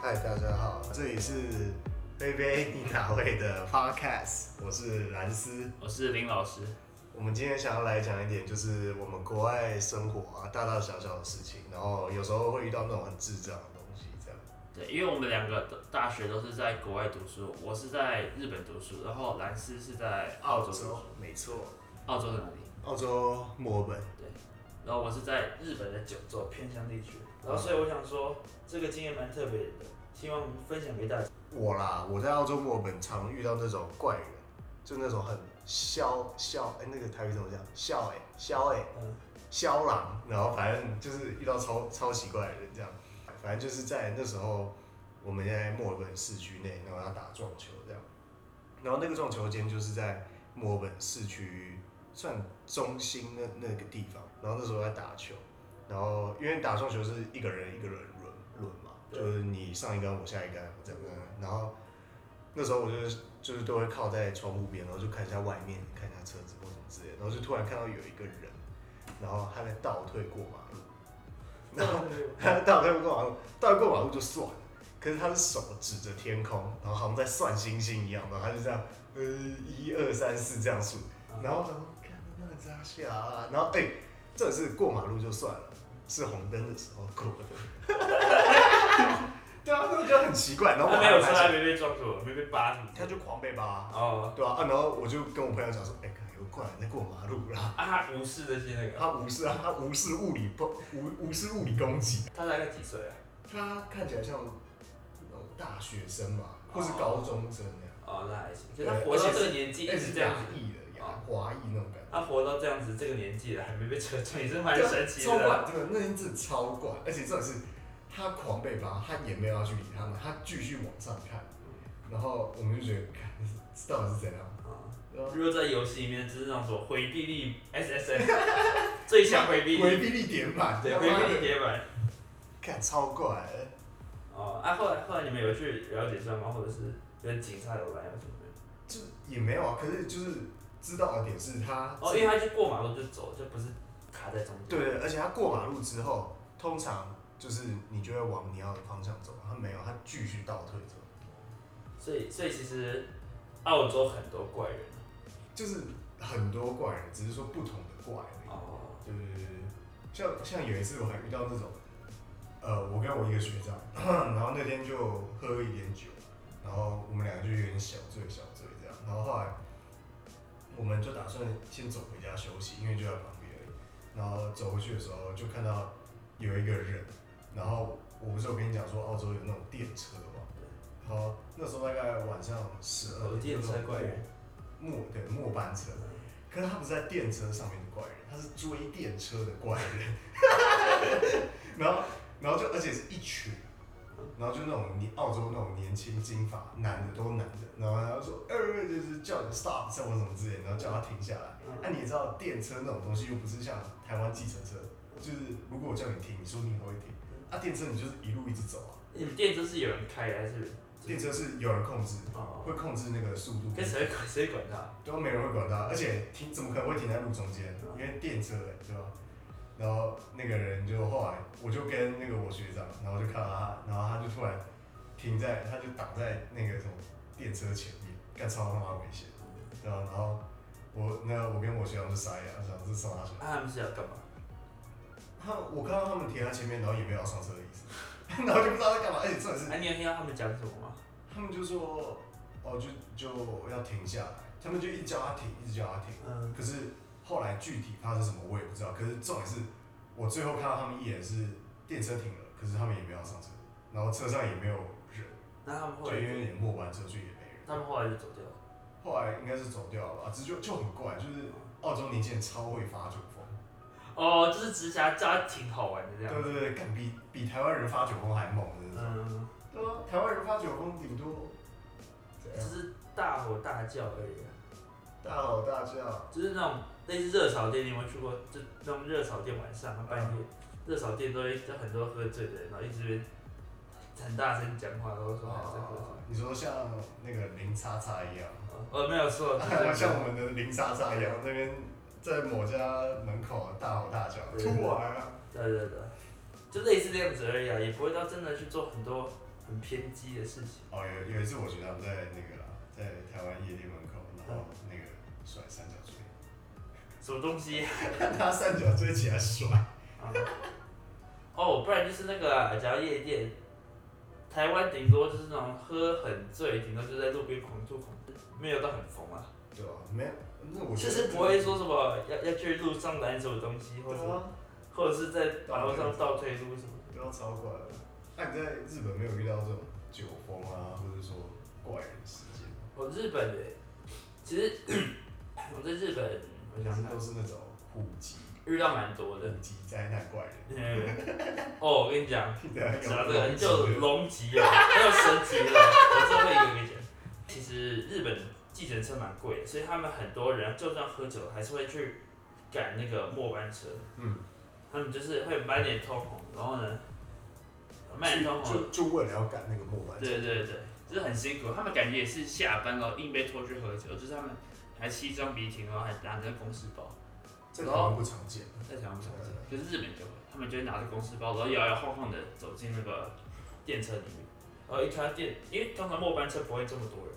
嗨，大家好，这里是菲菲你哪位的 Podcast，我是蓝斯。我是林老师。我们今天想要来讲一点，就是我们国外生活啊，大大小小的事情，然后有时候会遇到那种很智障的东西，这样。对，因为我们两个都大学都是在国外读书，我是在日本读书，然后兰斯是在澳洲读书，，没错，澳洲的哪里？澳洲墨尔本。然后我是在日本的九嗯州偏乡地区，然后所以我想说这个经验蛮特别的，希望分享给大家。我啦，我在澳洲墨尔本常遇到那种怪人，就那种很肖肖哎，那个台语怎么讲？肖哎肖哎嗯，肖狼，然后反正就是遇到超超奇怪的人这样。反正就是在那时候，我们在墨尔本市区内，然后要打撞球这样。然后那个撞球间就是在墨尔本市区算中心那那个地方，然后那时候在打球，然后因为打撞球是一个人一个人轮轮嘛，对就是你上一杆我下一杆这样，然后那时候我就是就是都会靠在窗户边，然后就看一下外面，看一下车子或什么之类的，然后就突然看到有一个人，然后他在倒退过马路， 然后 他倒退过马路，倒退过马路就算了，可是他的手指着天空，然后好像在算星星一样，然后他就这样，呃，一二三四这样数，然后我想说，看那个扎下啊，然后哎、这是过马路就算了，是红灯的时候过的， 对啊，那我觉得很奇怪，然后我他没有还车，蛮还没被撞住，没被扒什么。他就狂被扒，哦，对啊啊，然后我就跟我朋友讲说，哎、看有怪人在过马路啦，啊，他无视这些那个。他无视啊，他无视物理不无无视物理攻击，他大概几岁啊？他看起来像那种大学生吧，或是高中生那样，哦，那还行。可对是他活到这个年纪一哎直是这样哦亚子，裔的亚华裔那种感觉。他活到这样子这个年纪了，还没被车撞，也是蛮对啊神奇超的啊。怪，真的那天真的超怪，而且真的是他狂被扒，他也没有要去理他们，他继续往上看，然后我们就觉得，看到底是怎样？哦对啊如果在游戏里面，就是那种什么回避力 S S N，最 强回避回力，避力点满，对，他回妈避力的，铁板。看超怪的，哦，啊，后来后来你们有去了解一下吗？或者是跟警察有来有什么的？就也没有啊，可是就是知道的点是他哦，因为他就过马路就走，就不是卡在中间。对，对，而且他过马路之后，通常就是你就会往你要的方向走，他没有，他继续倒退走，所以所以其实澳洲很多怪人。就是很多怪人，只是说不同的怪而已。哦。对对对对，像像有一次我还遇到那种，呃，我跟我一个学长， 然后那天就喝一点酒，然后我们俩就有点小醉小醉这样，然后后来我们就打算先走回家休息，因为就在旁边而已。然后走回去的时候就看到有一个人，然后我不是有跟你讲说澳洲有那种电车嘛，然后那时候大概晚上十二有点，哦电车怪人，末对末班车，可是他不是在电车上面的怪人，他是追电车的怪人。 然后，然后就而且是一群，然后就那种年澳洲那种年轻金发男的都男的，然后他就说，呃、就是叫你 stop 什么什么之类的，然后叫他停下来。那、你也知道电车那种东西又不是像台湾计程车，就是如果我叫你停，你说你会停，啊电车你就是一路一直走啊，你们电车是有人开的还是？电车是有人控制，哦，会控制那个速度跟谁管谁管他？啊都没人会管他，而且停怎么可能会停在路中间？因为电车哎、对吧？然后那个人就后来，我就跟那个我学长，然后就看到他，然后他就突然停在，他就挡在那个什么电车前面，干超他妈危险，对吧？然后我那个我跟我学长就傻眼，想这上他学，啊，他们是要干嘛？他我看到他们停在前面，然后也没有要上车的意思， 然后就不知道在干嘛，而且真的是啊，你有听到他们讲什么吗？他们就说哦就就要停下来，他们就一直叫他停，一直叫他停。嗯，可是后来具体发生什么我也不知道。可是重点是，我最后看到他们一眼是电车停了，可是他们也没有要上车，然后车上也没有人，那他们后就来，因为也末班车就也没人。他们后来就走掉了。后来应该是走掉了吧，啊只是就就很怪，就是澳洲年轻人超会发酒疯，哦，就是直辖家挺好玩的这对样。对对，干比比台湾人发酒疯还猛的。嗯，对啊，台湾人发酒疯顶多怎就样是大吼大叫而已啊，大吼大叫，就是那种类似热炒店，你有没有去过？就那种热炒店晚上半夜，热炒店都会就很多喝醉的人，然后一直在那边很大声讲话，然后说还在喝什么。啊你说像那个零叉叉一样。哦，没有 错，就是像我们的林莎莎一样，那边在某家门口大吼大叫，对出玩啊！对对对，就类似这样子而已啊，也不会到真的去做很多很偏激的事情。哦，有有一次我觉得他们在那个啦，在台湾夜店门口，然后那个甩三角锥， 什么东西？拿三角锥起来甩，啊哦，不然就是那个啊，假如夜店，台湾顶多就是那种喝很醉，顶多就在路边狂吐狂吐，没有到很疯啊。对吧、没有，那我觉就得是不会说什么要要去路上拦什么东西，或对者、啊，或者是在马路上倒退路什么的。不要超怪了。那、你在日本没有遇到这种酒疯啊，或者说怪人事件吗？我哦日本的，其实 我在日本，我每想次想都是那种户籍遇到蛮多的 户。籍灾难怪人， 嗯哦，我跟你讲，对啊，讲到这个就龙级啊，还有神级了，我最后一个跟你讲。其实日本计程车蛮贵的，所以他们很多人就算喝酒还是会去赶那个末班车。嗯，他们就是会满脸通红，然后呢，满脸通红，就就为了要赶那个末班车，对对对，就是很辛苦。他们感觉也是下班哦了，硬被拖去喝酒，就是他们还西装笔挺，然后还拿着公事包，这个好像不常见。在台湾不常见，可是日本就会，他们就会拿着公事包，然后摇摇晃晃的走进那个电车里面。然呃后一看到电，因为通常末班车不会这么多人，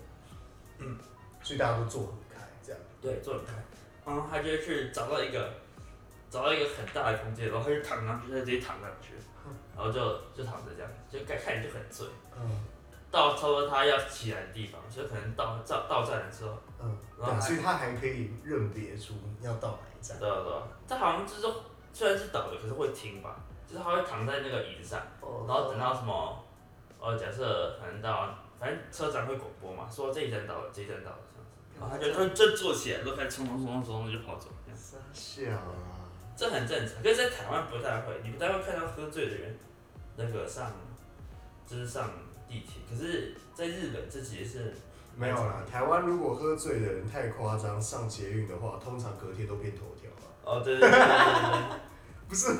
所以大家都坐很开，这样对，坐很开，然后他就会去找到一个找到一个很大的空间，然后他就躺上去，他就直接躺上去，然后就就躺着这样，就看看着就很醉。嗯到差不多他要起来的地方，就可能到到到站的时候，嗯，然后对，还所以他还可以认别出你要到哪一站对。啊对啊，他好像就是虽然是倒的，可是会听吧，就是他会躺在那个椅子上，哦然后等到什么，呃，假设反正到反正车长会广播嘛，说这一站到了，这一站到了这样子，然哦后他就他就就坐起来，然后开始冲冲冲冲冲就跑走，这样傻笑啊，这很正常，可是在台湾不太会，你不太会看到喝醉的人那个上就是上地铁，可是在日本这其实是没有啦，台湾如果喝醉的人太夸张，上捷运的话，通常隔天都变头条了。哦对对对对对对。不是，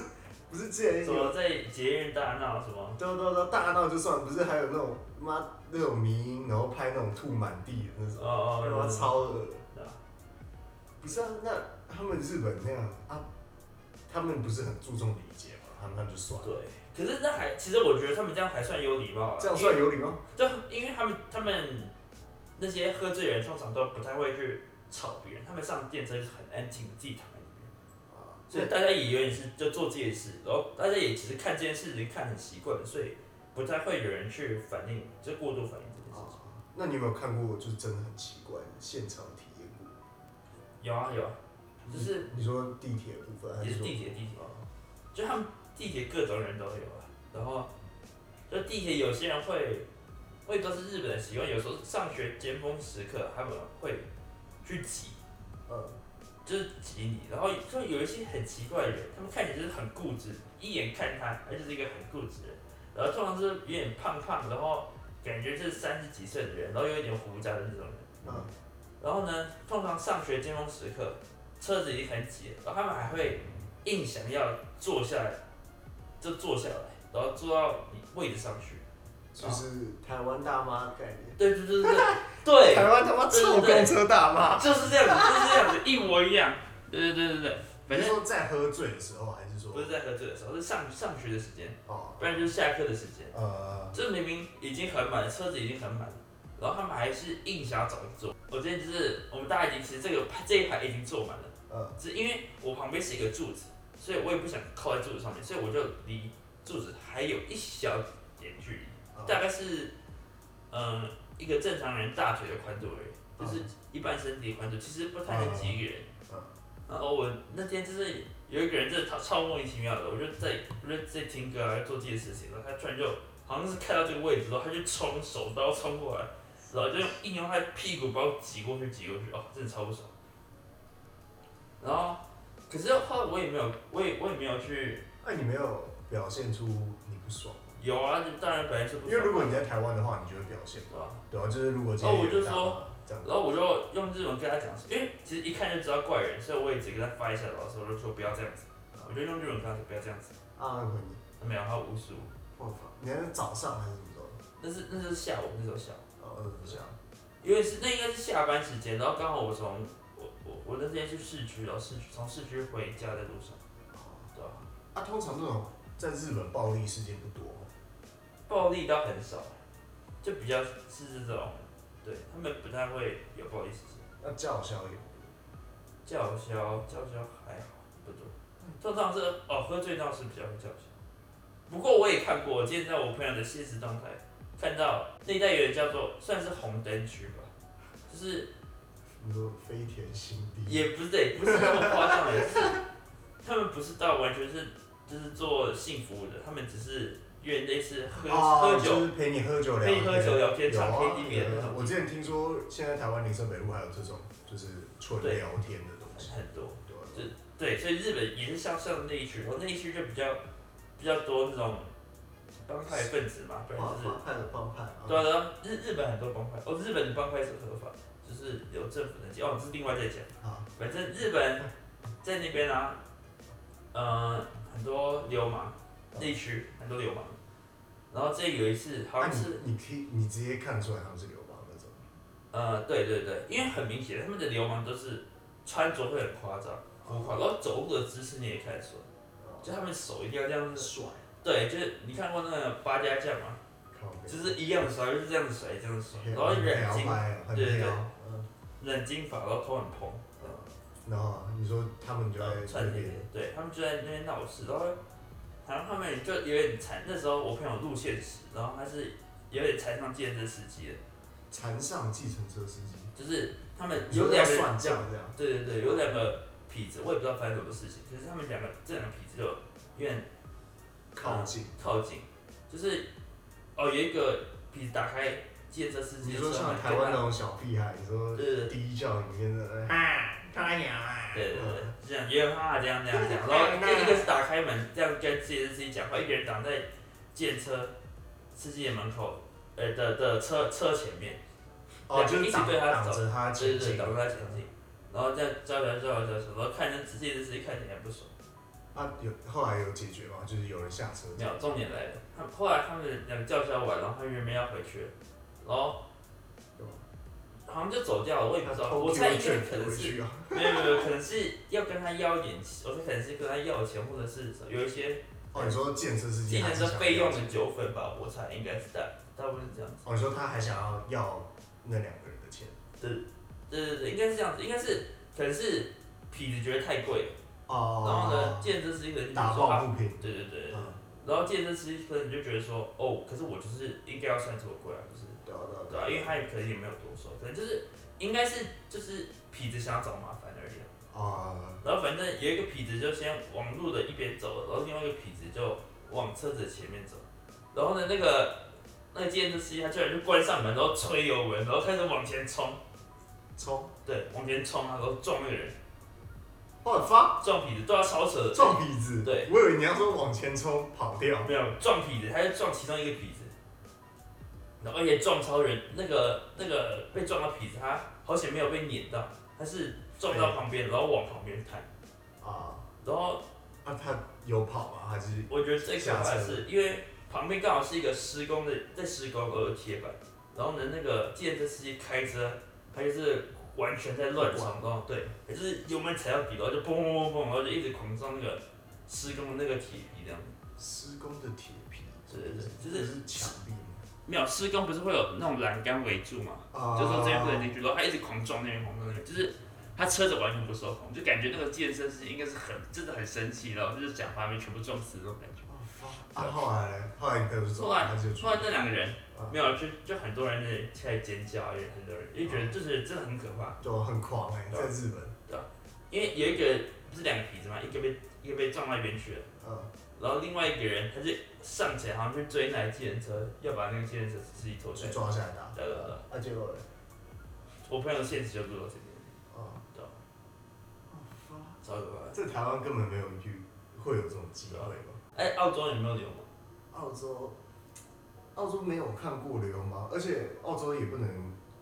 不是之前什有么在节日大闹什么？都都都大闹就算了，不是还有那种妈那种迷音，然后拍那种吐满地的那种，哦哦，他妈啊超恶的。对啊不是啊，那他们日本那样啊，他们不是很注重礼节吗？他们那就算了，对。可是那还，其实我觉得他们这样还算有礼貌啊。这样算有礼貌？对，因为他们他们那些喝醉人通常都不太会去吵别人，他们上电车就是很安静，自己躺在里面，啊，所以大家也有点是就做自己的事，然后大家也只是看这件事情看很习惯了，所以不太会有人去反应，就过度反应这件事哦情。那你有没有看过就是真的很奇怪的现场体验过？有啊有啊，就是你说地铁部分还也是嗯是说地铁地铁。啊？就他们地铁各种人都有啊，然后就地铁有些人会，会都是日本的习惯，有时候上学尖峰时刻他们会去挤，嗯，就是挤你，然后就有一些很奇怪的人，他们看起来就是很固执，一眼看他，他就是一个很固执的人，然后通常就是有点胖胖，然后感觉就是三十几岁的人，然后有一点胡渣的那种人。嗯然后呢，通常上学尖峰时刻，车子已经很挤了，然后他们还会硬想要坐下来，就坐下来，然后坐到你位置上去。就是台湾大妈的概念。对对对对对，台对，湾他妈臭公车大妈。就是这样子，就是这样子。一模一样。对对对对对，你反是正说在喝醉的时候，还是说不是在喝醉的时候，是上上学的时间，哦不然就是下课的时间。呃这明明已经很满，车子已经很满，然后他们还是硬想要找一座。我之前就是我们大家已经其实这个这一排已经坐满了。呃只因为我旁边是一个柱子，所以我也不想靠在柱子上面，所以我就离柱子还有一小点距离，呃大概是，嗯、一个正常人大腿的宽度而已，就是一半身体的宽度，其实不太能挤一个人嗯嗯。然后我那天就是有一个人，真的超超莫名其妙的，我就在我就在听歌啊，做自己的事情，然后他突然就好像是看到这个位置，然后他就冲手刀冲过来，然后就用硬用他的屁股把我挤过去挤过去，哦，真的超不爽。然后，可是后来我也没有，我也我也没有去那你没有表现出你不爽，有啊，就当然本来是不因为如果你你在台湾的话，你就会表现，对吧？对啊，就是如果今哦天我有就大妈这样，然后我就用日文跟他讲，因为其实一看就知道怪人，所以我也只跟他发一下牢骚，我就说不要这样子，啊我就用日文跟他说不要这样子，啊，那你他没有，他无视我。我操，你还是早上还是什么时候？那是那是下午，那时候下午，哦，二十下，因为是那应该是下班时间，然后刚好我从我我我那天去市区，然后市区从市区回家的路上，哦对吧、啊，通常这种在日本暴力事件不多，暴力倒很少，就比较是这种，对他们不太会有暴力事情。那叫嚣也叫嚣叫嚣还好不多，通常是哦喝醉闹事比较会叫嚣。不过我也看过，我今天在我朋友的现实动态看到那一带有人叫做算是红灯区吧，就是你说飞田新地，也不是也不是那么夸张的事，他们不是到完全是就是做性服务的，他们只是有点类似喝、喝哦啊就酒，是陪你喝酒聊可以天，喝酒聊天、有唱啊 KTV 的那种我之前听说，现在台湾林森北路还有这种，就是纯对聊天的东西，很多。对啊吧对，所以日本也是像像那一区，我那一区就比较比较多那种帮派分子嘛，不然就是派的帮派，对啊，对啊，日日本很多帮派，哦，日本的帮派是合法，就是有政府的，哦，这是另外再讲。啊，反正日本在那边啊，呃，很多流氓，那区很多流氓。然后这有一次好那像你是，你可以你直接看出来他们是流氓那种，呃，对对对，因为很明显他们的流氓都是穿着会很夸张，浮夸，然后走路的姿势你也看得出来，就他们手一定要这样子，帅，对，就是你看过那个八家将吗？靠北就是一样甩，就是这样甩，这样甩，很然后很染摇金摆，很对对撩对嗯染金发，然后头很蓬，然后啊你说他们就在穿那那边边，对他们就在那边闹事，然后好像他们就有点缠。那时候我朋友入现实，然后他是有点缠上健身司机的，缠上计程车司机，就是他们你有说要两个算账这样，对对对，有两个痞子，我也不知道发生什么事情，可是他们两个这两个痞子就有点靠近。靠近，就是哦有一个痞子打开健身司机你的说车像门，台湾那种小屁孩，你说对对对第一教里面的，哎，当然啊对对对，这样约哈这样这样这嗯样，然后一个一个是打开门这样跟自己的司机讲话，一个人挡在电车司机的门口，呃的的车车前面，哦，就一是起挡对他挡走着他对前对对，进，挡在前进，然后这样招摇招摇招摇，然后看着仔细的司机看起来很不爽。啊，有后来有解决吗？就是有人下车这没样，有，重点来了，他们后来他们两个叫嚣完，然后他原本要回去，然后有吗好像就走掉了，我也不知他道，偷我踢猜应该卷可能回是去啊，没有没有没有，可能是要跟他要一点钱，我猜可能是跟他要钱，或者是有一些。哦，你说建设司既机还然是是想要费用的纠纷吧，我猜应该是大大部分是这样子。哦，你说他还想要要那两个人的钱，对对对，应该是这样子，应该是可能是痞子觉得太贵了，哦，然后呢，建设司机可能就打说抱啊，不平，对对对，对嗯，然后建设司机可能就觉得说，哦，可是我就是应该要算这么贵啊，就是对啊对啊，因为他也可能也没有多说，可能就是应该是就是痞子想要找麻烦而已啊。啊，然后反正有一个痞子就先往路的一边走了，然后另外一个痞子就往车子前面走。然后呢，那个那个计程车司机他居然就关上门，然后吹油门，然后开始往前冲，冲，对，往前冲啊，然后撞那个人，我发撞痞子都要超扯的，撞痞子，对我以为你要说往前冲跑掉，没有撞痞子，他就撞其中一个痞子，然后而且撞超人，那个那个被撞到痞子他好险没有被碾到，他是撞到旁边，然后往旁边弹，啊，然后那他有跑吗？还是我觉得最可怕下的车是，因为旁边刚好是一个施工的，在施工的铁板，然后呢，那个计程车司机开车，他就是完全在乱闯，然后对，他就是油门踩到底，然后就砰砰砰砰，然后就一直狂撞那个施工的那个铁皮这样子。施工的铁皮？对对对就是是墙壁吗？没有施工不是会有那种栏杆围住嘛，啊，就说这边不能进去，然后他一直狂撞那边，狂撞那边，就是他车子完全不受控，就感觉那个计程车司机应该是很真的很生气，然后就是想把他们全部撞死那种感觉。啊，后来嘞，后来你朋友是怎么后来办？他就突然那两个人啊没有，就就很多人在开始尖叫，也很多人就觉得就是真的很可怕，就很狂哎，对啊在日本，因为有一个不是两个痞子嘛，一个被一个被撞到一边去了，嗯，然后另外一个人他就上前好像去追那台计程车，要把那个计程车司机拖下去来。抓下来打，对对对啊，结果嘞，我朋友的现实就录到这边，啊对，啊超可怕的。这台湾根本没有遇会有这种机会吧？哎，澳洲有没有流氓？澳洲，澳洲没有看过流氓，而且澳洲也不能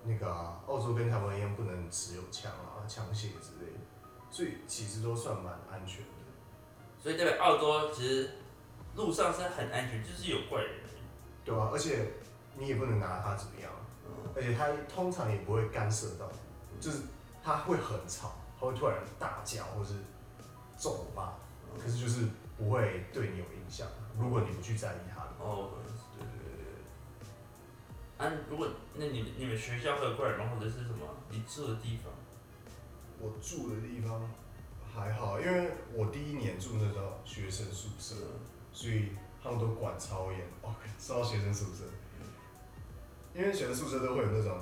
那个啊，澳洲跟台湾一样不能持有枪啊、枪械之类的，所以其实都算蛮安全的。所以代表澳洲其实路上是很安全，就是有怪人而已。对啊，而且你也不能拿它怎么样啊，而且它通常也不会干涉到你，就是它会很吵，它会突然大叫或是走吧，可是就是不会对你有影响，如果你不去在意它的话。哦，对对对对对啊，如果那你你们学校会有怪人吗？或者是什么？你住的地方？我住的地方还好，因为我第一年住那叫学生宿舍，所以他们都管超严。哦，说到学生宿舍，因为学生宿舍都会有那种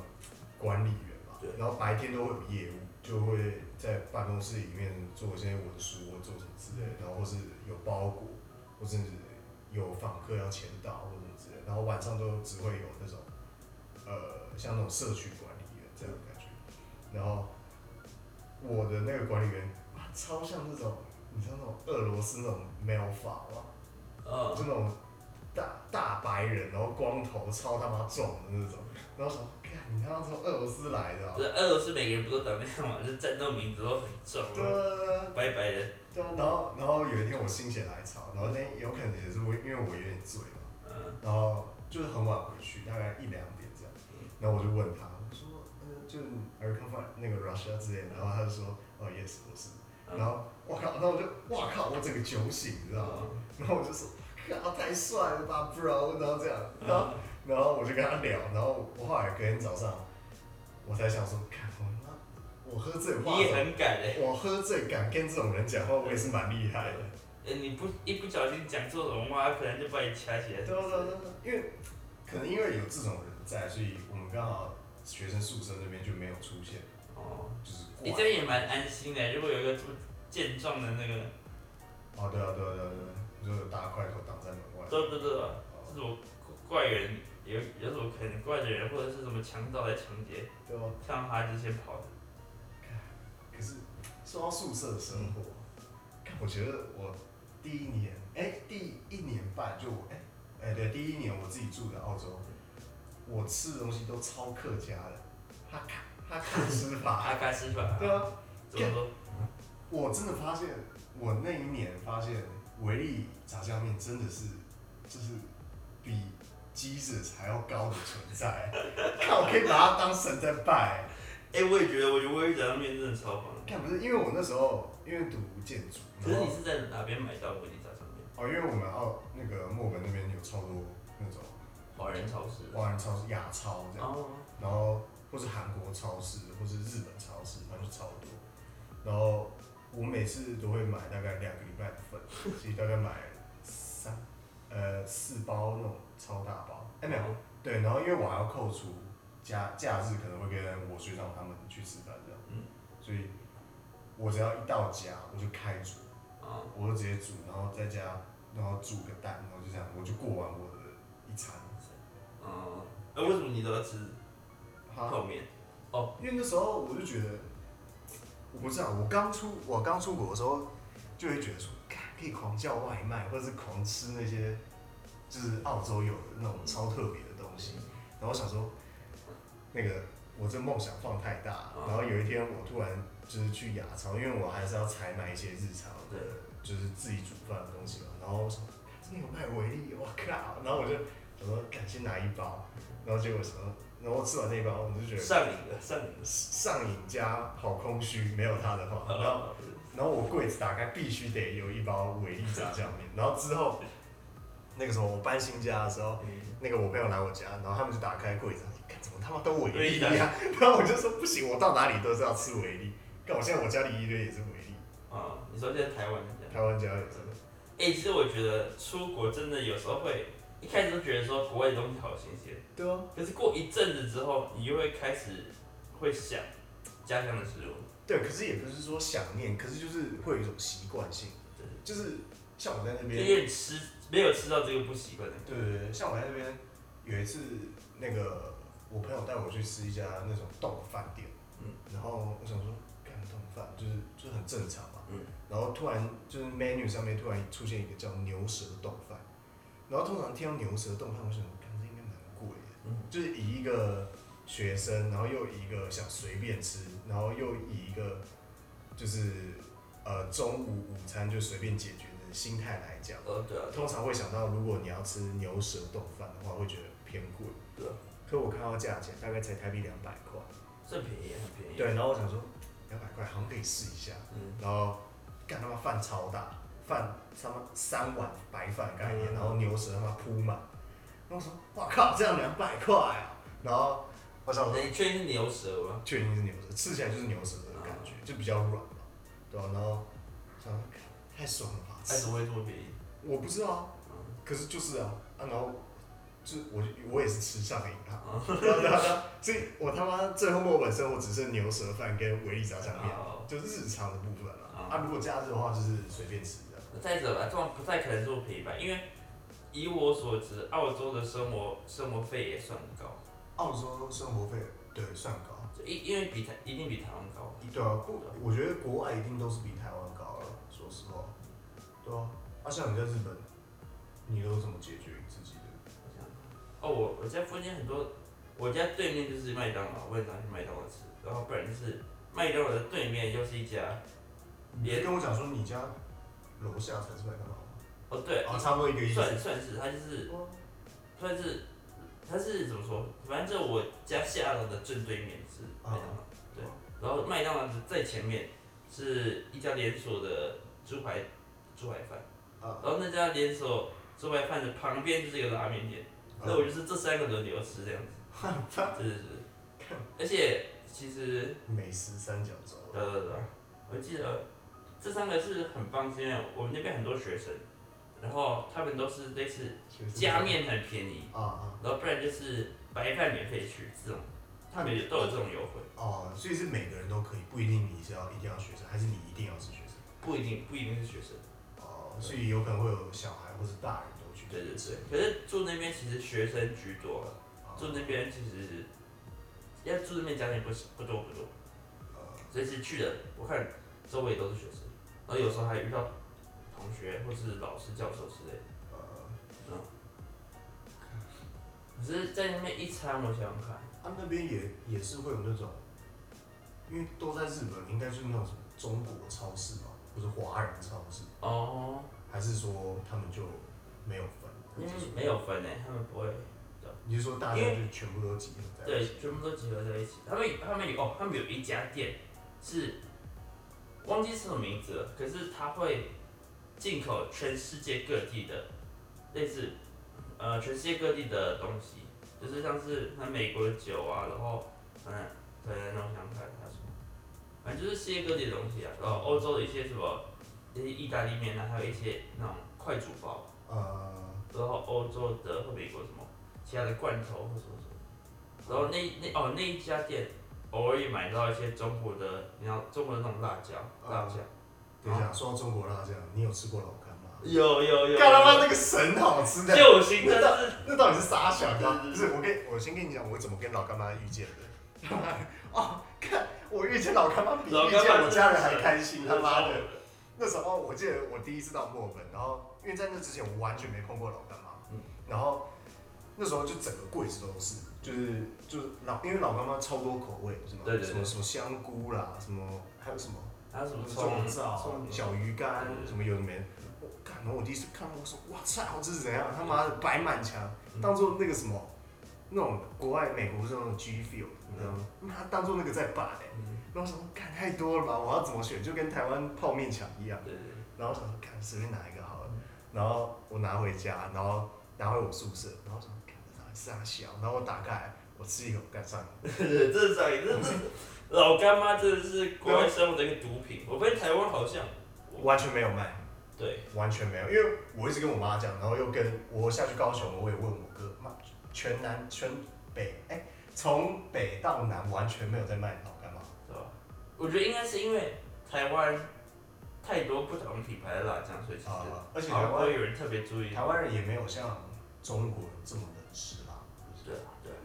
管理员嘛对，然后白天都会有业务，就会在办公室里面做一些文书或做什么之类的，然后或是有包裹，或是有访客要签到或者什么之类的，然后晚上都只会有那种呃像那种社区管理员这样的感觉，然后。我的那个管理员啊，超像那种，你知道那种俄罗斯那种 male 法吗？嗯，就那哦种大大白人，然后光头，超他妈壮的那种。然后想说，看你他妈从俄罗斯来的、啊不，是俄罗斯每个人不都长那样嘛，就战斗民族都很重对啊啊，白白的，对啊。然后然后有一天我心血来潮，然后那天有可能也是我因为我有点醉嘛，嗯，然后就是很晚回去，大概一两点这样。然后我就问他，我说，呃，就是 Are you come from 那个 Russia 之类的？然后他就说，哦，yes，我是。嗯然后我靠，然后我就哇靠，我整个啊酒醒，你知道吗？然后我就说，靠，太帅了吧，bro，然后这样，然后嗯，然后我就跟他聊，然后我后来隔天早上，我才想说，看我他妈，我喝醉话你也很敢嘞、我喝醉敢跟这种人讲话，我也是蛮厉害的。呃你不一不小心讲错什么话，可能就把你掐起来。对啊对啊对啊因为可能因为有这种人在，所以我们刚好学生宿舍那边就没有出现，哦，就是你、怪这。样也蛮安心的、如果有一个这么健壮的那个，哦，对啊对啊对啊对啊，就大块头挡在门外。对不对？这种怪人有有什么可能怪的人，或者是什么强盗来抢劫，对啊。像他之前跑的。可是说到宿舍的生活，看我觉得我第一年，哎、第一年半就我，哎、哎、对，第一年我自己住的澳洲，我吃的东西都超客家的，哈卡哈卡吃法， 阿卡吃法、对啊，怎么说？我真的发现，我那一年发现维力炸酱面真的是，就是比 Jesus 还要高的存在， 看我可以把它当神在拜、哎、我也觉得，我觉得威力炸酱面真的超棒的。看不是因为我那时候因为读建筑，可是然后你是在哪边买到威力炸酱面？哦，因为我们澳那个墨尔本那边有超多那种华人超市。华人超市、亚超这样，哦，然后或是韩国超市，或是日本超市，反正就超多。然后我每次都会买大概两个礼拜的份，所以大概买三呃四包那种超大包，哎、没有哦对，然后因为我还要扣除假假日可能会跟我学长他们去吃饭这样，嗯所以我只要一到家我就开煮。啊，我就直接煮，然后在家，然后煮个蛋，然后就这样，我就过完我的一餐。嗯，哎、为什么你都要吃好，泡面？因为那时候我就觉得，我不知道，我刚出我刚出国的时候，就会觉得说，干可以狂叫外卖，或者是狂吃那些，就是澳洲有的那种超特别的啊东西。然后我想说，那个我这梦想放太大嗯，然后有一天我突然就是去亚超，因为我还是要采买一些日常的，就是自己煮饭的东西嘛。然后我想，这里有卖维力，我靠！然后我就我说，赶紧拿一包，然后结果什么，然后吃完那一包，我就觉得上瘾的，上瘾的。啊上瘾加好空虚，没有它的话，然后然后我柜子打开必须得有一包维力炸酱面，然后之后。那个时候我搬新家的时候，那个我朋友来我家，然后他们就打开柜子，看怎么他妈都维力维力呀、 然后我就说不行，我到哪里都是要吃维力。看我现在我家里一堆也是维力，啊、你说现在台湾是这样？台湾家也是。哎、其实我觉得出国真的有时候会，一开始都觉得说国外的东西好新鲜，对啊，可是过一阵子之后，你又会开始会想家乡的食物。对，啊可是也不是说想念，可是就是会有一种习惯性，就是像我在那就边，有点吃没有吃到这个不习惯的。对对对，像我在那边有一次，那个我朋友带我去吃一家那种冻饭店，嗯然后我想说，干冻饭就是就是很正常嘛，嗯然后突然就是 menu 上面突然出现一个叫牛舌冻饭，然后通常听到牛舌冻饭，我想说，干这应该蛮贵的，嗯就是以一个学生，然后又以一个想随便吃，然后又以一个就是呃中午午餐就随便解决的心态来讲。哦，对啊，通常会想到，如果你要吃牛舌冻饭的话，会觉得偏贵。对啊可我看到价钱大概才台币两百块。算便宜，很便宜。，对，然后我想说，两百块好像可以试一下。啊嗯，然后干他妈饭超大，饭他妈三碗白饭的概念，嗯然后牛舌他妈铺满。然后我说，哇靠，这样两百块啊！然后我想说，你确定是牛舌吗？确定是牛舌，吃起来就是牛舌的感觉，就比较软嘛，对吧、然后想说看太爽了吧，为什么会这么便宜？我不知道啊，嗯可是就是啊，啊然后就是我就我也是吃上瘾啊，对啊对啊对啊所以我他妈最后末尾声我只剩牛舌饭跟维力炸酱面，哦就日常的部分了哦啊。啊，如果假日的话就是随便吃的，再者吧，这种不太可能这么便宜吧，因为以我所知，澳洲的生活生活费也算高，澳洲生活费对算高，就因因为比台一定比台湾高。对啊，国我觉得国外一定都是比台湾高了，说实话，对啊。啊，像你在日本，你都怎么解决你自己的？我想哦，我我家附近很多，我家对面就是麦当劳，我很常去麦当劳吃，然后不然就是麦当劳的对面又是一家，你连是跟我讲说你家楼下才是麦当劳吗？哦对，哦，差不多一个意思。算算是它就是哦算是它是怎么说，反正就我家下楼的正对面是麦当劳，对，啊然后麦当劳的在前面是一家连锁的猪排猪排饭，啊，然后那家连锁猪排饭的旁边就是一个拉面店，啊所以我就是这三个轮流吃这样子，是是是，而且其实美食三角洲。对对对，我记得这三个是很棒，是因为我们那边很多学生，然后他们都是类似加面很便宜，啊啊然后不然就是白饭免费去这种，他们也都有这种优惠，哦，所以是每个人都可以，不一定你是要一定要学生，还是你一定要是学生。不一定不一定是学生，哦，所以有可能会有小孩或是大人都去。对对对，可是住那边其实学生居多了，嗯啊住那边其实要住那边家庭不是不多不多，呃所以是去的我看周围都是学生，然后有时候还遇到同学或是老师教授之类的。嗯呃，嗯可是，在那边一餐，我想想看，他们那边也也是会有那种，因为都在日本，应该就是那种什么中国超市嘛，或是华人超市，哦，还是说他们就没有分？因为还是说嗯没有分诶，他们不会，你是说大家就全部都集合在一对起？，全部都集合在一起。他们他们有哦，他们有一家店是忘记是什么名字了，可是他会进口全世界各地的类似呃全世界各地的东西，就是像是那美国的酒啊，然后嗯，可能我想看啊他什么，反正就是世界各地的东西啊，然后欧洲的一些什么一些意大利面啊，还有一些那种快煮包。呃，然后欧洲的或美国什么其他的罐头或什么什么，然后那那哦那一家店偶尔也买到一些中国的，你知道中国的那种辣椒，啊辣椒等一下，说到中国辣酱，你有吃过老干妈吗？啊有有有，干他妈那个神好吃的，救星真那是 那到底是啥小啊？对对对不是，我跟我先跟你讲，我怎么跟老干妈遇见的。 哦，看我遇见老干妈比老遇干见妈我家人还开心，真他是妈超的好！那时候我记得我第一次到墨尔本，然后因为在那之前我完全没碰过老干妈，嗯然后那时候就整个柜子都是，就是就是老因为老干妈超多口味，什么对对对什么什么香菇啦，什么还有什么还有什么中葱枣、葱小鱼干对对对什么有的没的。我看，然后我第一次看到，我说哇操，这是怎样？他妈的摆满墙，嗯当做那个什么，那种国外美国不是那种 G Field，你知道吗？妈当做那个在摆、欸嗯然后我想说，看太多了吧，我要怎么选？就跟台湾泡面墙一样。对对对然后我想说，看随便拿一个好嗯了。然后我拿回家，然后拿回我宿舍，然后我想说，看这到底是啥小？然后我打开来，我吃一口，干上瘾。 对，这是上瘾，这是老干妈真的是国外生活的一个毒品，我发现台湾好像完全没有卖。对完全没有，因为我一直跟我妈讲，然后又跟我下去高雄，我也问我哥，妈，全南全北，哎、从北到南完全没有在卖老干妈。对吧？我觉得应该是因为台湾太多不同品牌的辣酱，所以其实啊而且好像台湾不会有人特别注意。台湾人也没有像中国人这么能吃辣，对啊，对啊，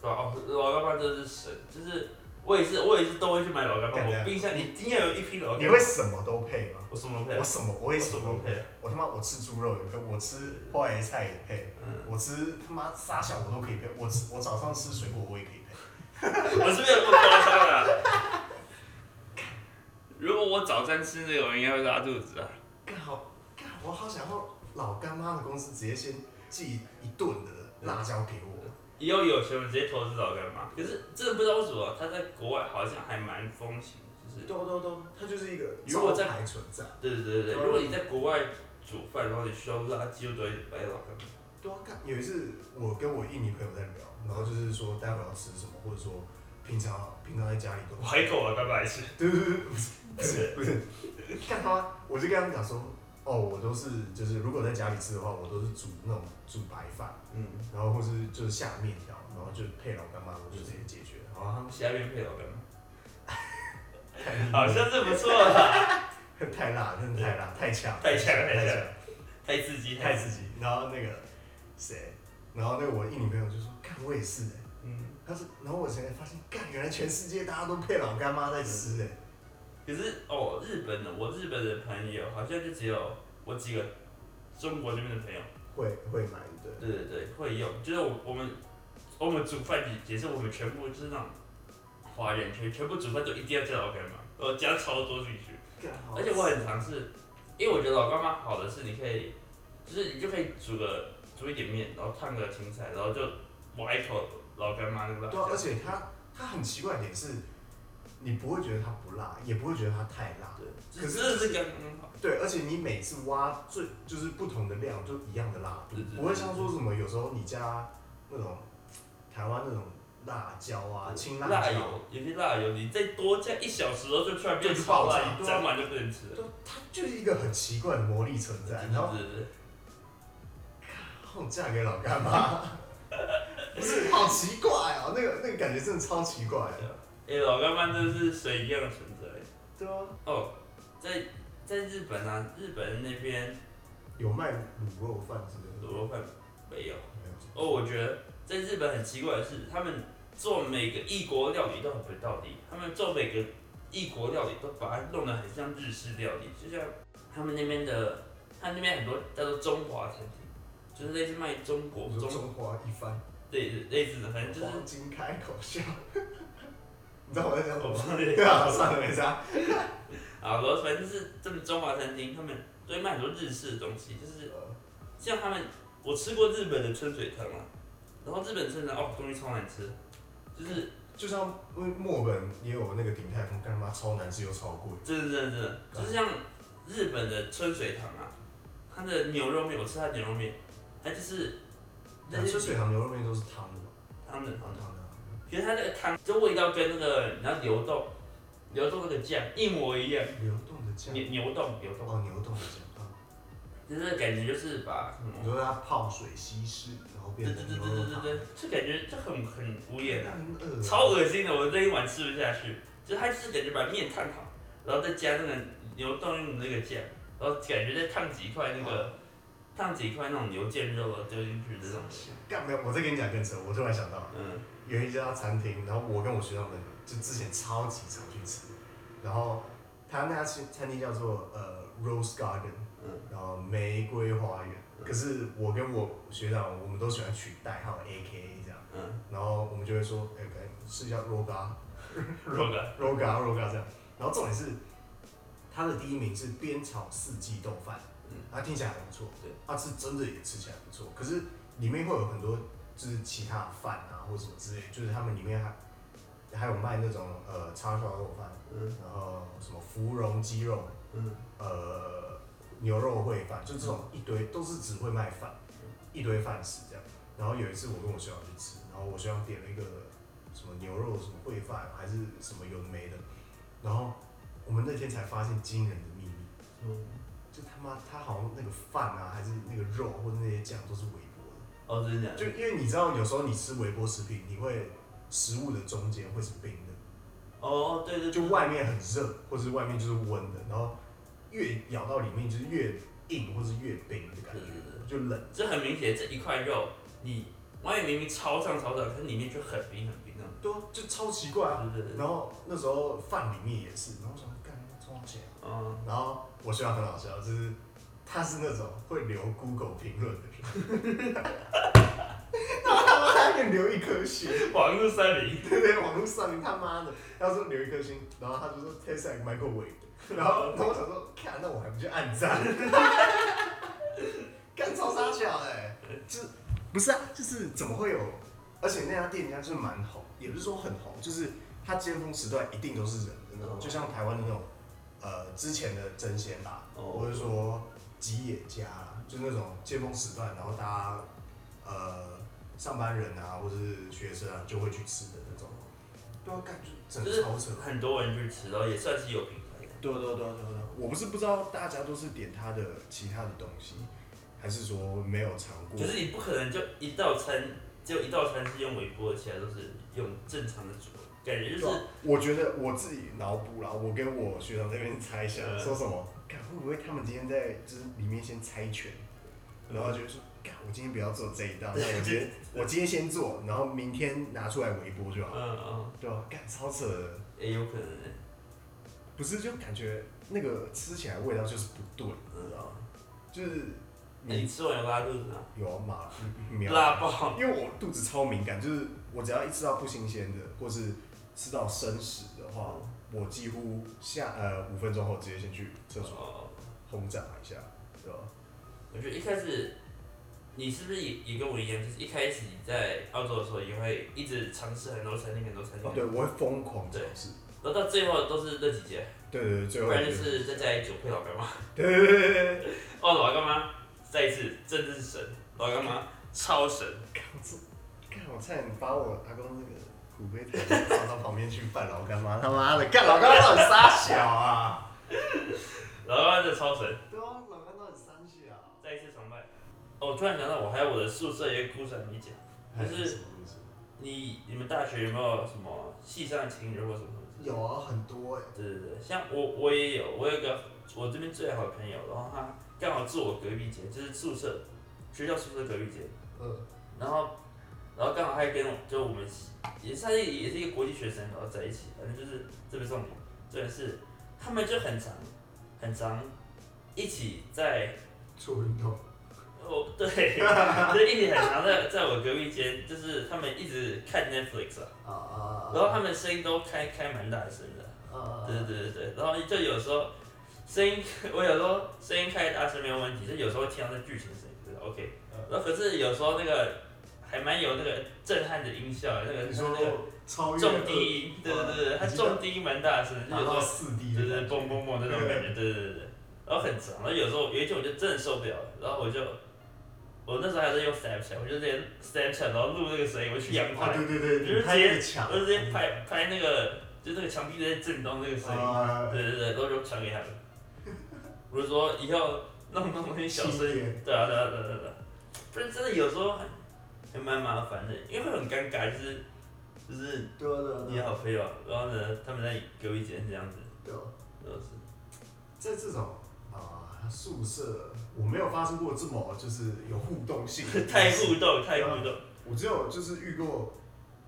对啊，哦老干妈真的是神，就是我也是我也是都会去买老干对妈，啊我冰箱里一定要有一批老哦你干会妈。什么都配吗？我什么都配我啊？什么我也我什什么都么都配，配啊？我他妈我吃猪肉也配，我吃花椰菜也配，嗯，我吃他妈沙小我都可以配，我 吃我早上吃水果我也可以配。我是没有那么夸张啊。如果我早餐吃这个，我应该会拉肚子啊。干好干，我好想要老干妈的公司直接先寄一顿的辣椒给我。以后有钱我直接投资老干妈，可是真的不知道为什么，它在国外好像还蛮风行，就是都都都，它就是一个如果招在牌存在。对对对对，如果你在国外煮饭，然后你需要辣，几乎都会买老干妈。对啊，干有一次我跟我印尼朋友在聊，然后就是说待会要吃什么，或者说平常平常在家里都 我海狗啊，拜拜是，对对对，不是不 是，看他，我就跟他们讲说，哦，我都是就是如果在家里吃的话，我都是煮那种煮白饭，嗯，然后或是就是下面条，然后就配老干妈，我就直接解决。然后他们下面配老 干嘛？看好像是不错啦，太辣，真的太辣，太呛，太呛太太呛呛，太刺激，太太刺激，刺激。然后那个谁，然后那个我印尼朋友就说，看我也是哎、嗯，他是，然后我才发现，干，原来全世界大家都配老干妈在吃哎、可是哦，日本的我日本的朋友好像就只有我几个中国这边的朋友，会会买一堆。对对对，会用，就是我我们我们煮饭也也是我们全部就是那种华人圈，全部煮饭都一定要加老干妈，我加超多进去。干好而且我很尝试，因为我觉得老干妈好的是你可以，就是你就可以煮个煮一点面，然后烫个青菜，然后就挖一口老干妈那个辣对啊、而椒。且它它很奇怪的点是，你不会觉得它不辣，也不会觉得它太辣。对，可只是是这个嗯好，对，而且你每次挖最就是不同的量，就一样的辣度对对，对不会像说什么有时候你加那种台湾那种辣椒啊、青辣辣椒，油有些辣油，你再多加一小时，然后就突然变就超爆辣，炸你对啊沾完就不能吃了。对，它就是一个很奇怪的魔力存在。啊然后对对对对我嫁给老干妈，不是好奇怪哦，那个那个感觉真的超奇怪的。对，哎、老干妈真的是水一样的存在。对啊，哦，在在日本啊，日本那边有卖卤肉饭之类的卤肉饭没没有。有？哦，我觉得在日本很奇怪的是，他们做每个异国料理都很不道理，他们做每个异国料理都把它弄得很像日式料理，就像他们那边的，他们那边很多叫做中华餐厅，就是类似卖中国我说中中华一番。类类似的，反正就是黄金开口笑，你知道我在讲什我么不吗？知对 啊，道算了没啥。啊，我反正就是这么中华餐厅，他们都会卖很多日式的东西，就是呃像他们，我吃过日本的春水汤啊，然后日本春水汤哦，东西超难吃，就是就像墨本也有那个鼎泰丰，干他妈超难吃又超贵。真的真的真的，就是像日本的春水堂啊，它的牛肉面，我吃它的牛肉面，它就是那吃是水塘牛肉面都是汤的嘛，汤的汤汤汤的，的，其实它那个汤这味道跟那个你知道牛豆牛豆那个酱一模一样，流动的酱牛。牛冻牛冻，哦，牛冻的酱。啊就是感觉就是把什你么，说它泡水稀释，然后对变对成对牛对对肉汤，对对，就感觉就很很无言啊。很恶超恶心的，我这一碗吃不下去。就它就是感觉把面烫好，然后再加那个牛冻用的那个酱，然后感觉再烫几块那个，烫几块那种牛腱肉啊丢进去的那种。干没有，我再跟你讲更扯，我突然想到，嗯，有一家餐厅，然后我跟我学长们就之前超级常去吃，然后他那家餐餐厅叫做呃 Rose Garden，、嗯然后玫瑰花园。嗯可是我跟我学长，我们都喜欢取代号 A K A 这样，嗯，然后我们就会说，哎、哎是叫 Roga 肉感， Roga Roga 这样。然后重点是，它的第一名是边炒四季豆饭，嗯它听起来很不错，对，它是真的也吃起来不错。可是里面会有很多就是其他的饭啊或什么之类，就是他们里面还还有卖那种呃叉烧肉饭，嗯然后什么芙蓉鸡肉，嗯，呃牛肉烩饭，就这种一堆都是只会卖饭，一堆饭食这样。然后有一次我跟我学长去吃，然后我学长点了一个什么牛肉什么烩饭还是什么有的没的，然后我们那天才发现惊人的秘密，嗯就他妈他好像那个饭啊还是那个肉或者那些酱都是微波哦，真的的，假就的？因为你知道有时候你吃微波食品，你会食物的中间会是冰的。哦，对对，对就外面很热，或是外面就是温的，然后越咬到里面就是越硬或是越冰的感对对觉，就冷。这很明显，这一块肉你外面明明超上超上，可是里面却很冰很冰那种。对啊，就超奇怪啊。对对对，然后那时候饭里面也是，然后我想干超起来。嗯，啊然后我学长很好笑，就是他是那种会留 Google 评论的人， 然后他妈还可以留一颗星，网络三零， 对对，网络上面他妈的，他说留一颗星，然后他就说 Tesla microwave，然后然后我想说，看那我还不去按赞， 干超傻小哎、就是不是啊，就是怎么会有？而且那家店家就是蛮红，也不是说很红，就是它尖峰时段一定都是人的那种，哦就像台湾的那种呃之前的真鲜吧，哦或者说吉野家啦，就那种尖峰时段，然后大家呃上班人啊，或是学生啊，就会去吃的那种。对啊，感觉整就是个超扯。啊很多人去吃，然后也算是有品牌的。对啊对对对对，我不是不知道大家都是点他的其他的东西，还是说没有尝过？就是你不可能就一道餐，就一道餐是用微波，其他都是用正常的煮，感觉就是对啊我觉得我自己脑补啦，我跟我学长那边猜想，嗯说什么？看会不会他们今天在就是里面先猜拳，然后就会说，看我今天不要做这 一道，那啊我今天我今天先做，然后明天拿出来微波就好。嗯嗯，对啊，干超扯的，也有可能欸，不是就感觉那个吃起来味道就是不对，你知道吗？就是欸你你吃完有拉肚子吗？有马苗拉爆，因为我肚子超敏感，就是我只要一吃到不新鲜的，或是吃到生食的话，我几乎下呃五分钟后直接先去厕所哦，轰炸一下，对吧？我觉得一开始你是不是也也跟我一样，就是一开始你在澳洲的时候也会一直尝试很多餐厅，很多餐厅哦，，对，我会疯狂尝对试，然后到最后都是那几家，对对对，最不后然一就个是在家里酒配老干妈， 对对对对对，哦老干妈再一次真的是神，老干妈超神，看我差点把我阿公那个骨灰坛放到旁边去拜老干妈，他妈的，干老干妈到底傻小啊？老干妈真的超神。对啊，老干妈到底傻小啊？再一次崇拜。哦，我突然想到，我还有我的宿舍有一个故事还没讲，就是什么意思你你们大学有没有什么系上情侣或什么什么？有啊，很多哎、对对对，像我我也有，我有一个我这边最好的朋友，然后他刚好住我隔壁间，就是宿舍学校宿舍隔壁间，嗯，然后然后刚好他也跟我就我们也是他是也是一个国际学生，然后在一起，反正就是这个重点，重点是他们就很常很常一起在做运动，哦，对， 就一直很常在在我隔壁间，就是他们一直看 Netflix 啊，啊啊然后呃他们声音都开开蛮大声的，啊啊对对对对，然后就有时候声音， 我有时候声音开大声没有问题，就有时候听到那剧情声音就是 OK，然嗯后可是有时候那个还蛮有那个震撼的音效，那个你就是说那个超越重低音，对对对对，它重低音蛮大声，就拿有时候到四 D 就是的，蹦蹦蹦那种感觉，对对对对，然后很长，然后有时候有一天我就真的受不了了，然后我就，我那时候还在用 Snapchat，我就直接 Snapchat，然后录那个声音，我去阳啊台，对对对，哦就是你拍直接那个墙，我就直接拍拍那个，就那个墙壁在震动那个声音，啊，对对对，然后就传给他们，我就说以后弄弄那些小声细一音点，对啊对啊对啊对啊对啊，不然真的有时候很还蛮麻烦的，因为会很尴尬，就是就是对啊对啊你对啊好朋友，然后呢他们在隔壁间这样子，对啊，就是。在这种啊、宿舍，我没有发生过这么就是有互动性的 太互动，太互动。我只有就是遇过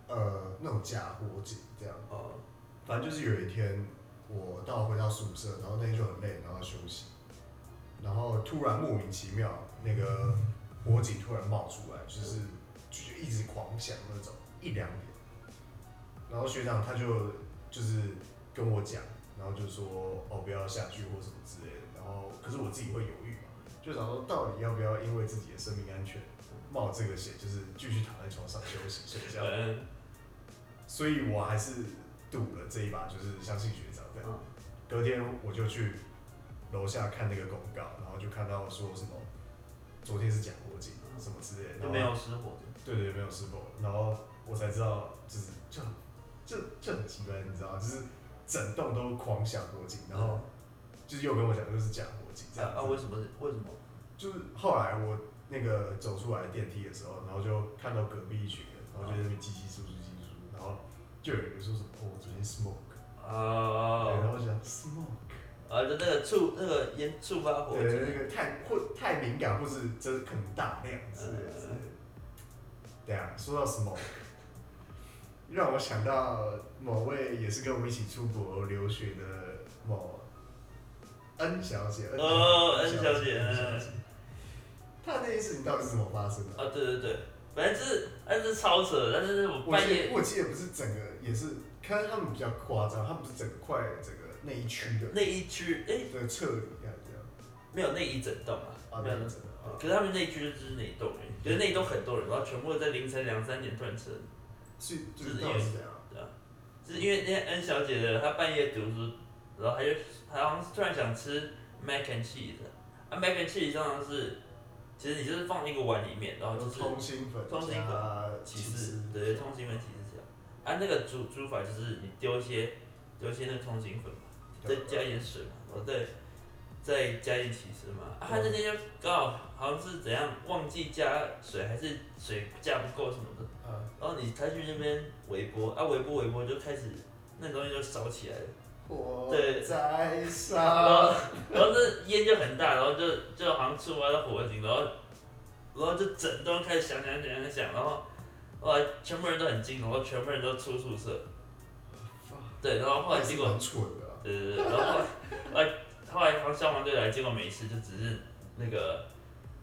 呃那种假火警这样。哦，反正就是有一天我到回到宿舍，然后那天就很累，然后休息，然后突然莫名其妙那个火警突然冒出来，就是就就一直狂响那种一两点，然后学长他就就是跟我讲，然后就说哦不要下去或什么之类的，然后可是我自己会犹豫嘛，就想说到底要不要因为自己的生命安全冒这个险，就是继续躺在床上休息睡觉。嗯，所以我还是赌了这一把，就是相信学长这样。隔天我就去楼下看那个公告，然后就看到说什么昨天是假国警啊什么之类的，然就后没有失火。对对没有失火，然后我才知道就是就很就就很奇怪，你知道吗，就是整栋都狂响国警，然后就是又跟我讲就是假国警这啊样子啊！为什么？为什么？就是后来我那个走出来电梯的时候，然后就看到隔壁一群人，然后就在那边叽叽喳喳叽叽喳喳，然后就有一个说什么哦，我昨天 smoke，、对，然啊后我想 smoke，哦啊！就那个触那个烟触发火对，警，那个太或太敏感，或是真的可能大量之类的之类的。对啊，说到 smoke，让我想到某位也是跟我们一起出国留学的某 N 小姐，哦，N ，N 小姐嗯小姐，她的那件事情到底是怎么发生的？啊！对对对，反正就是，但是超扯，但是我我半记夜得我记得不是整个也是，看他们比较夸张，他们不是整个块整个那一区的那一区，哎，的撤离还是这样没有那一整栋啊，啊，没那有一那整个啊，可是他们那一区就是那一栋而已，可是那一栋很多人，然后全部在凌晨两三点突然撤，所以就是到底是怎样？就是因为那 N 小姐的她半夜读书，然后她就她好像是突然想吃 mac and cheese，啊 mac and cheese 当然是其实你就是放进一个碗里面，然后哦就是通心粉通心粉加起起司司，，对，通心粉起司酱。啊，那个煮煮法就是你丢一些丢一些那个通心粉嘛，再对加一点水嘛，然后再再加一点起司嘛。啊，他这边就刚好好像是怎样忘记加水，还是水加不够什么的，嗯，然后你他去那边微波，啊微波微波就开始那东西就烧起来了，我对啊在然后上，然后这烟就很大，然后就就好像触发到火警，然后然后就整栋开始响响响响响，然后后来全部人都很惊恐，然后全部人都出宿舍，对，然后后来结果蛮蠢的啊，对对对，然后后来后来后来好像消防队来，结果没事，就只是那个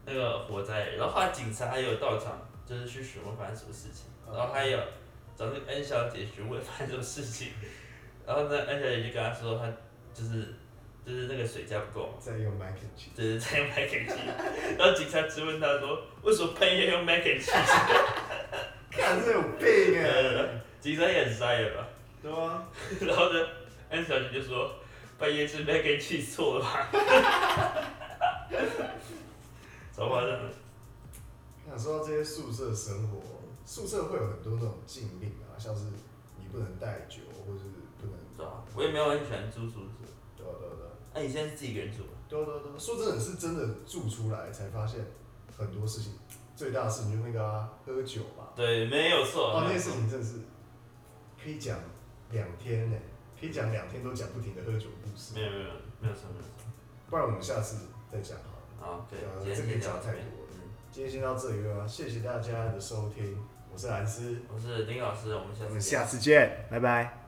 那个火灾而已，然后后来警察也有到场，就是去询问发生什么事情，然后他也有找那个 N 小姐询问发生什么事情，然后呢 N 小姐就跟他说，她就是就是那个水加不够嘛，再用 mac and cheese，就是在用 mac and cheese，然后警察质问他说，为什么喷烟用 mac and cheese？看这有病 哎，警察也很傻眼吧。对啊， 然后呢，安小姐就说：“半夜吃 mac and cheese 错了吧？” 超夸张的，想说到这些宿舍生活，宿舍会有很多那种禁令啊，像是你不能带酒，或是不能，啊对吧？我也没有很喜欢租宿舍。对啊对啊对啊。那、你现在是自己一个人住吗？对啊对啊对啊，说真的是真的住出来才发现很多事情，最大的事情就是那个、啊、喝酒吧。对，没有错。哦，那没个有事错情真的是可以讲两天呢、可以讲两天都讲不停的喝酒故事没。有没有没有没有错没有错。不然我们下次再讲好了。好，对对啊，今天这个先聊讲到太这边。多了嗯，今天先到这里了，啊谢谢大家的收听，我是兰斯，我是林老师，我们下我次们见下。次见，拜拜。拜拜。